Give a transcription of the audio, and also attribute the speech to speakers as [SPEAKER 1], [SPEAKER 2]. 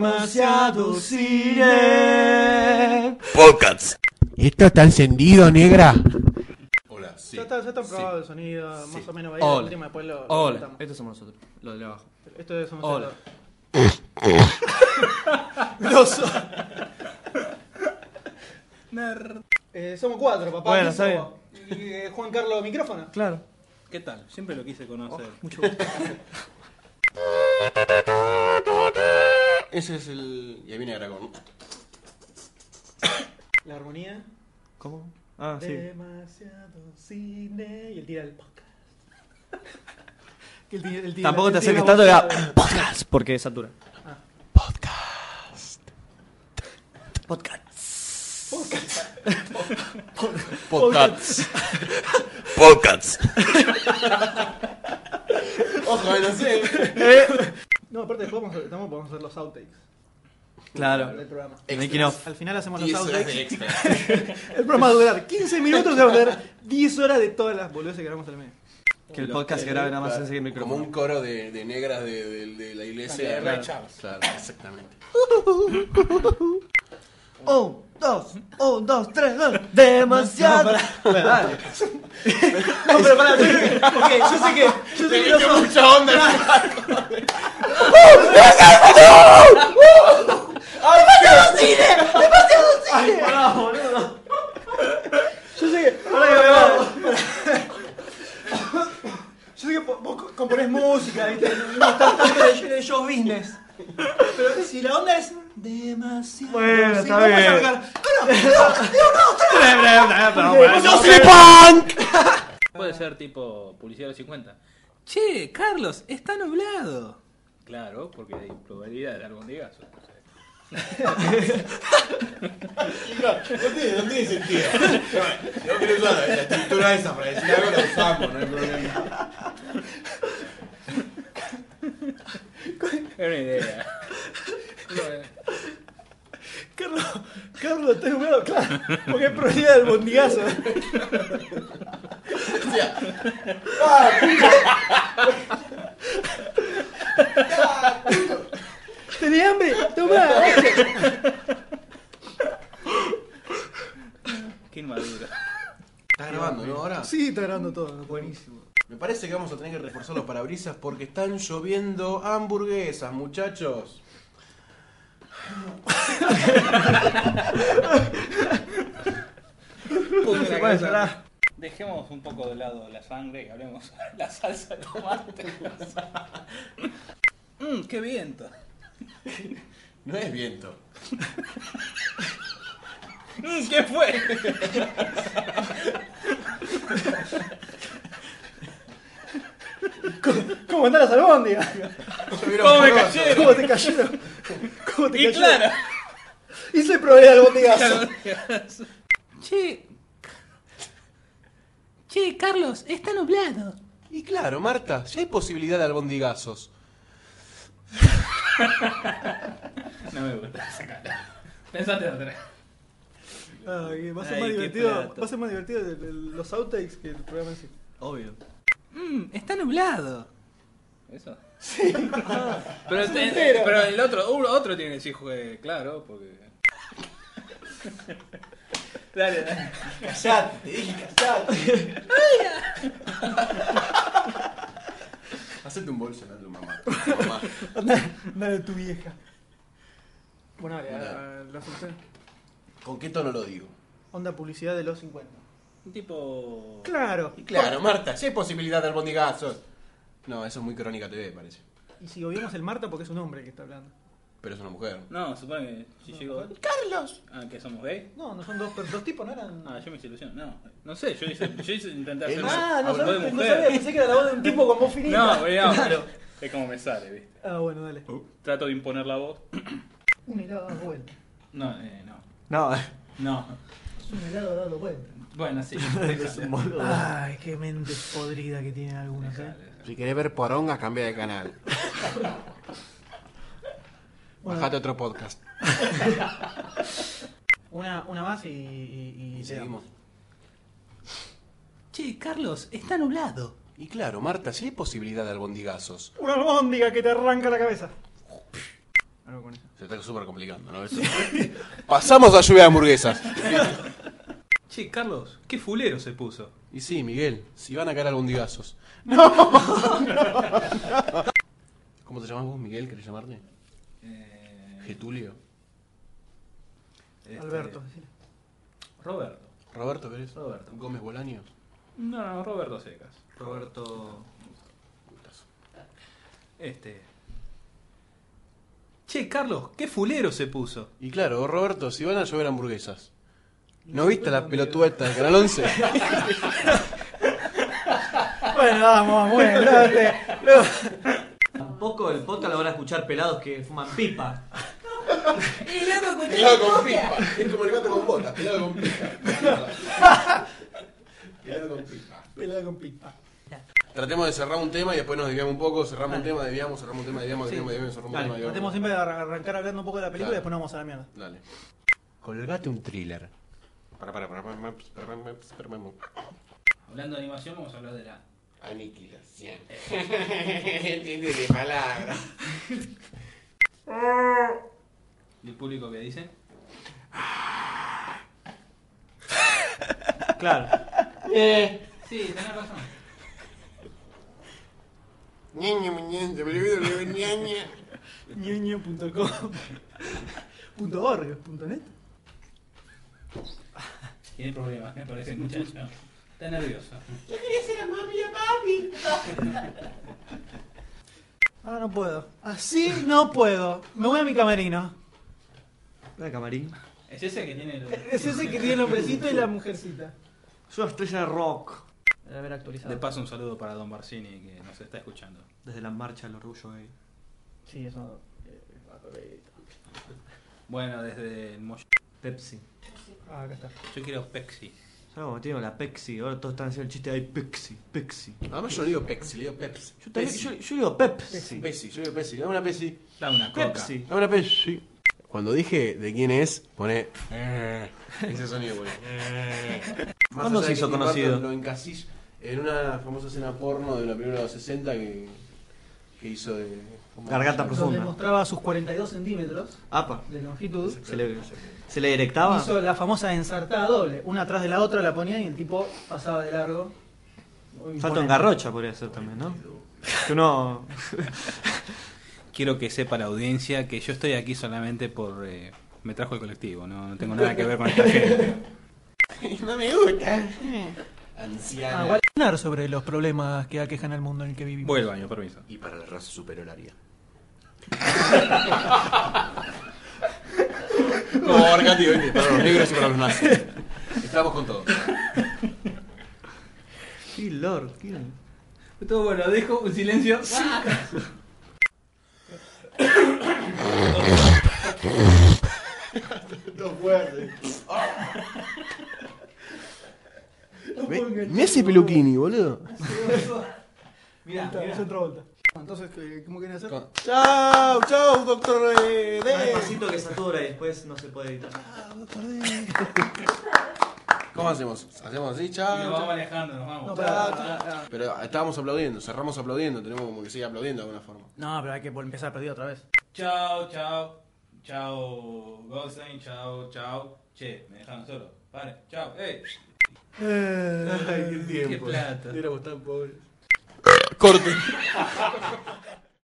[SPEAKER 1] Demasiado cine.
[SPEAKER 2] Podcasts.
[SPEAKER 3] Esto está encendido, negra.
[SPEAKER 2] Hola, sí.
[SPEAKER 1] Ya está, ya está
[SPEAKER 2] sí.
[SPEAKER 1] probado el sonido, más
[SPEAKER 2] Sí.
[SPEAKER 1] o menos va a ir
[SPEAKER 4] Hola.
[SPEAKER 1] la última, después lo, lo
[SPEAKER 4] Hola,
[SPEAKER 1] cortamos.
[SPEAKER 4] estos somos nosotros, los de abajo.
[SPEAKER 1] Esto es somos
[SPEAKER 4] Hola.
[SPEAKER 1] nosotros. Eh, somos cuatro, papá.
[SPEAKER 4] Bueno,
[SPEAKER 1] ¿qué
[SPEAKER 4] está
[SPEAKER 1] somos? Y, eh, Juan Carlos, micrófono.
[SPEAKER 4] Claro.
[SPEAKER 5] ¿Qué tal? Siempre lo quise conocer.
[SPEAKER 4] Mucho gusto.
[SPEAKER 2] Ese es el. Y ahí viene Aragón.
[SPEAKER 1] La armonía.
[SPEAKER 4] ¿Cómo? Ah,
[SPEAKER 6] Eh,
[SPEAKER 4] sí.
[SPEAKER 1] Demasiado cine. Y el tira del podcast. Que el tira- el tira-
[SPEAKER 4] Tampoco
[SPEAKER 1] el
[SPEAKER 4] te
[SPEAKER 1] tira
[SPEAKER 4] acerques
[SPEAKER 1] la
[SPEAKER 4] tanto que
[SPEAKER 1] voz-
[SPEAKER 4] haga podcast, porque satura. Podcast.
[SPEAKER 2] Podcasts. Podcasts. Ojo, no sé.
[SPEAKER 1] No, aparte después vamos a, estamos- vamos a hacer los outtakes del
[SPEAKER 4] Claro.
[SPEAKER 1] programa.
[SPEAKER 4] Making of.
[SPEAKER 1] Al final hacemos los
[SPEAKER 2] 10 horas de
[SPEAKER 1] outtakes.
[SPEAKER 2] extra.
[SPEAKER 1] El programa va a durar 15 minutos y vamos a durar 10 horas de todas las boludeces que hagamos al medio.
[SPEAKER 4] Que el podcast se grabe nada más así que el
[SPEAKER 2] Como un
[SPEAKER 4] micrófono.
[SPEAKER 2] coro de, de negras de, de- de la iglesia.
[SPEAKER 1] Claro.
[SPEAKER 2] Claro, exactamente.
[SPEAKER 4] Un, dos, un, dos, tres, dos. Demasiado. Dale.
[SPEAKER 1] No, pero pará, yo sé que, ok, yo sé que, yo sé que no son-
[SPEAKER 2] mucha onda.
[SPEAKER 1] Yo sé que. pará, pará, pará. Yo sé que po- vos co- componés música, ¿viste? No estás tanto de, de show business. Pero si la onda es demasiado.
[SPEAKER 4] Bueno,
[SPEAKER 1] si
[SPEAKER 4] está
[SPEAKER 1] vos vas a
[SPEAKER 4] bien.
[SPEAKER 1] tocar-
[SPEAKER 5] Puede ser tipo publicidad de los 50. Che, Carlos, está nublado. Claro, porque hay probabilidad de albondigazo.
[SPEAKER 2] No tiene, no tiene sentido. Yo quiero usar la, la estructura esa para decir algo, la usamos, no hay problema.
[SPEAKER 5] Era una idea.
[SPEAKER 1] Carlos, Carlos, está nublado, claro. Porque es probabilidad del bondigazo. ¿Tenés hambre? Toma.
[SPEAKER 5] Qué inmaduro.
[SPEAKER 2] Está grabando, ¿no? Ahora.
[SPEAKER 1] Sí, está grabando todo, buenísimo.
[SPEAKER 2] Me parece que vamos a tener que reforzar los parabrisas porque están lloviendo hamburguesas, muchachos.
[SPEAKER 5] Pum,
[SPEAKER 4] se
[SPEAKER 5] la
[SPEAKER 4] puede
[SPEAKER 5] cabeza.
[SPEAKER 4] llorar.
[SPEAKER 5] Dejemos un poco de lado la sangre y hablemos de la salsa de tomate. Mmm, qué viento.
[SPEAKER 2] No es viento.
[SPEAKER 5] Mmm, ¿qué fue?
[SPEAKER 1] ¿Cómo andan las albóndigas?
[SPEAKER 5] ¿Cómo me
[SPEAKER 2] Llovió
[SPEAKER 5] cayeron?
[SPEAKER 1] ¿Cómo te cayeron? ¿Cómo te
[SPEAKER 5] Y
[SPEAKER 1] cayeron?
[SPEAKER 5] claro.
[SPEAKER 1] Hice probabilidad del bondigazo.
[SPEAKER 5] Che. Che, Carlos, está nublado.
[SPEAKER 2] Y claro, Marta, si hay posibilidad de albondigazos.
[SPEAKER 5] No me gusta sacarla. Pensate otra.
[SPEAKER 1] Ay, va a ser
[SPEAKER 5] Ay,
[SPEAKER 1] más
[SPEAKER 5] qué
[SPEAKER 1] divertido,
[SPEAKER 5] plato.
[SPEAKER 1] va a ser más divertido el- el- los outtakes que el programa en sí.
[SPEAKER 4] Obvio.
[SPEAKER 5] Mmm, está nublado. ¿Eso? Sí. pero,
[SPEAKER 1] Es
[SPEAKER 5] te-
[SPEAKER 1] entero.
[SPEAKER 5] pero el otro, uno- otro tiene que decir, jue- claro, porque. dale, dale.
[SPEAKER 2] Hacete un bolso, Nando, mamá.
[SPEAKER 1] Andá, andá de tu vieja. Bueno, dale, a- a- la función.
[SPEAKER 2] ¿Con qué tono lo digo?
[SPEAKER 1] Onda publicidad de los 50.
[SPEAKER 5] Un tipo.
[SPEAKER 1] Claro.
[SPEAKER 2] Y claro, Marta, si hay posibilidad de albondigazos. No, eso es muy Crónica TV, parece.
[SPEAKER 1] Y si obviamos el Marta porque es un hombre que está hablando.
[SPEAKER 2] Pero es una mujer.
[SPEAKER 5] No, supone que si llego.
[SPEAKER 2] ¡Carlos!
[SPEAKER 5] Ah, que somos gay.
[SPEAKER 1] No, no son dos, per- dos tipos, no eran.
[SPEAKER 5] Ah, yo me hice ilusión. No, no sé, yo hice, yo hice intentar
[SPEAKER 2] Él
[SPEAKER 5] ser.
[SPEAKER 2] no-
[SPEAKER 1] Ah, no,
[SPEAKER 2] Habló
[SPEAKER 1] sabía,
[SPEAKER 5] de
[SPEAKER 1] no
[SPEAKER 5] mujer.
[SPEAKER 1] sabía, pensé que era la voz de un tipo con voz finita.
[SPEAKER 5] No, güey, no, pero es como me sale, ¿viste?
[SPEAKER 1] Ah, bueno, dale.
[SPEAKER 5] Trato de imponer la voz.
[SPEAKER 1] Un helado dado vuelta.
[SPEAKER 5] No, eh, no.
[SPEAKER 4] No,
[SPEAKER 5] No.
[SPEAKER 1] Un helado dado vuelta.
[SPEAKER 5] Bueno, sí.
[SPEAKER 4] es un boludo.
[SPEAKER 5] Ah,
[SPEAKER 1] Ay, qué mente podrida que tienen algunos, eh.
[SPEAKER 2] Si querés ver poronga, cambia de canal.
[SPEAKER 1] Bueno.
[SPEAKER 2] Bajate otro podcast.
[SPEAKER 1] Una, una más y, y, y le
[SPEAKER 2] Y
[SPEAKER 1] damos.
[SPEAKER 2] seguimos.
[SPEAKER 4] Che, Carlos, está nublado.
[SPEAKER 2] Y claro, Marta, si hay posibilidad de albondigazos.
[SPEAKER 1] Una albóndiga que te arranca la cabeza. algo con eso.
[SPEAKER 2] Se está súper complicando, ¿no? Eso. Pasamos a lluvia de hamburguesas.
[SPEAKER 5] Che, Carlos, qué fulero se puso.
[SPEAKER 2] Y sí, Miguel, si van a caer albondigazos. No, no. ¿Cómo te llamas vos, Miguel? ¿Querés llamarte?
[SPEAKER 5] Eh,
[SPEAKER 2] Getulio.
[SPEAKER 5] este,
[SPEAKER 1] Alberto, decile.
[SPEAKER 5] Roberto.
[SPEAKER 2] ¿Roberto querés?
[SPEAKER 5] Roberto.
[SPEAKER 2] ¿Gómez Bolaño?
[SPEAKER 5] No, Roberto Secas.
[SPEAKER 1] Roberto.
[SPEAKER 5] Este. Che, Carlos, qué fulero se puso.
[SPEAKER 2] Y claro, Roberto, si van a llover hamburguesas. ¿No viste la pelotuda esta del Canal 11?
[SPEAKER 1] Bueno, vamos, vamos, bueno, luego te- luego-
[SPEAKER 6] Tampoco el podcast lo van a escuchar pelados que fuman pipa.
[SPEAKER 2] Pelado con pipa. Es como el gato con botas, pelado con pipa. Pelado con pipa.
[SPEAKER 7] Pelada con pipa.
[SPEAKER 2] Tratemos de cerrar un tema y después nos desviamos un poco. Cerramos un tema, desviamos, cerramos un tema, desviamos, desviamos, desviamos, cerramos un
[SPEAKER 1] Dale,
[SPEAKER 2] tema,
[SPEAKER 1] tratemos
[SPEAKER 2] desviamos.
[SPEAKER 1] siempre de arran- arrancar hablando un poco de la película y
[SPEAKER 2] Claro.
[SPEAKER 1] después nos vamos a la mierda.
[SPEAKER 2] Dale. Colgate un thriller. Para, para, para, para, para, para, para, para.
[SPEAKER 5] Hablando de animación, vamos a hablar de la.
[SPEAKER 2] Aniquilación. Entiende de palabra.
[SPEAKER 5] ¿Y el público que dice?
[SPEAKER 1] Claro.
[SPEAKER 5] Sí, tenés razón.
[SPEAKER 2] Ñaña, miñense, prohibido que ñaña.
[SPEAKER 1] Ñuño.com. Punto org, punto net.
[SPEAKER 5] Tiene problemas, me parece, muchacho. Está nervioso.
[SPEAKER 1] Ahora Ah, no puedo. Así no puedo. Me voy a mi camerino.
[SPEAKER 6] ¿La camarín?
[SPEAKER 5] Es ese que tiene los.
[SPEAKER 1] Es ese que tiene el hombrecito y la mujercita.
[SPEAKER 6] Yo estoy de rock. Debe haber actualizado.
[SPEAKER 5] De paso, un saludo para Don Barcini que nos está escuchando.
[SPEAKER 6] Desde la marcha del orgullo gay.
[SPEAKER 1] Sí, eso. eh,
[SPEAKER 5] Bueno, desde el Moyo.
[SPEAKER 6] Pepsi.
[SPEAKER 1] Ah, acá está.
[SPEAKER 5] Yo quiero Pepsi.
[SPEAKER 6] Ya me metieron la Pepsi. Ahora todos están haciendo el chiste de Pepsi, Pepsi.
[SPEAKER 2] Además, yo no digo Pepsi, le digo Pepsi.
[SPEAKER 6] Yo, también, yo, yo digo Pepsi.
[SPEAKER 2] Pepsi, yo digo Pepsi. Dame una Pepsi.
[SPEAKER 5] Dame una coca.
[SPEAKER 6] Pepsi.
[SPEAKER 2] Dame una Pepsi. Cuando dije de quién es, pone. Eh, Ese sonido, pone. Más
[SPEAKER 6] ¿Cuándo
[SPEAKER 2] allá
[SPEAKER 6] se
[SPEAKER 2] de
[SPEAKER 6] hizo
[SPEAKER 2] que Tim
[SPEAKER 6] conocido?
[SPEAKER 2] Burton Lo encasillo en una famosa escena porno de la primera de los 60 que, que hizo de. ¿cómo
[SPEAKER 6] Garganta
[SPEAKER 2] se llama?
[SPEAKER 6] Profunda.
[SPEAKER 1] Donde mostraba sus 42 centímetros
[SPEAKER 6] Apa.
[SPEAKER 1] de longitud.
[SPEAKER 6] ¿Se le, se le directaba?
[SPEAKER 1] Hizo la famosa ensartada doble. Una atrás de la otra la ponía y el tipo pasaba de largo.
[SPEAKER 6] Salto
[SPEAKER 1] Muy
[SPEAKER 6] en
[SPEAKER 1] imponente.
[SPEAKER 6] garrocha podría ser también, ¿no? Que uno...
[SPEAKER 5] Quiero que sepa la audiencia que yo estoy aquí solamente por. eh, me trajo el colectivo, no, no tengo nada que ver con esta gente.
[SPEAKER 2] no me gusta. Anciana.
[SPEAKER 1] Ah, igual hablar sobre los problemas que aquejan al mundo en el que vivimos.
[SPEAKER 5] Voy al baño, permiso.
[SPEAKER 2] Y para la raza superhoraria. Como Barcati, ¿viste? para los negros y para los nazis. Estamos con todo.
[SPEAKER 6] Sí, Lord. ¿qué?
[SPEAKER 5] Todo bueno, dejo un silencio.
[SPEAKER 2] Messi Peluquini, boludo.
[SPEAKER 1] Mirá, mirá. Es otra vuelta. Entonces, ¿qué- ¿cómo quieren hacer?
[SPEAKER 2] Chao, chao, doctor eh,
[SPEAKER 6] Hay
[SPEAKER 2] D.
[SPEAKER 6] pasito que satura y después no se puede editar.
[SPEAKER 2] ¿Cómo hacemos? ¿Hacemos así?
[SPEAKER 5] Nos vamos
[SPEAKER 2] Chao.
[SPEAKER 5] manejando, nos vamos.
[SPEAKER 1] No, pará, pará, pará.
[SPEAKER 2] Pero ah, estábamos aplaudiendo, cerramos aplaudiendo, tenemos como que seguir aplaudiendo de alguna forma.
[SPEAKER 1] No, pero hay que empezar perdido otra vez.
[SPEAKER 5] Chao, chao. Chao, Goldstein. Chao, chao. Che, me dejaron solo. Vale, chao. ¡Ey!
[SPEAKER 2] Ay,
[SPEAKER 5] Eh, Qué plata.
[SPEAKER 2] Éramos tan pobres. Corte.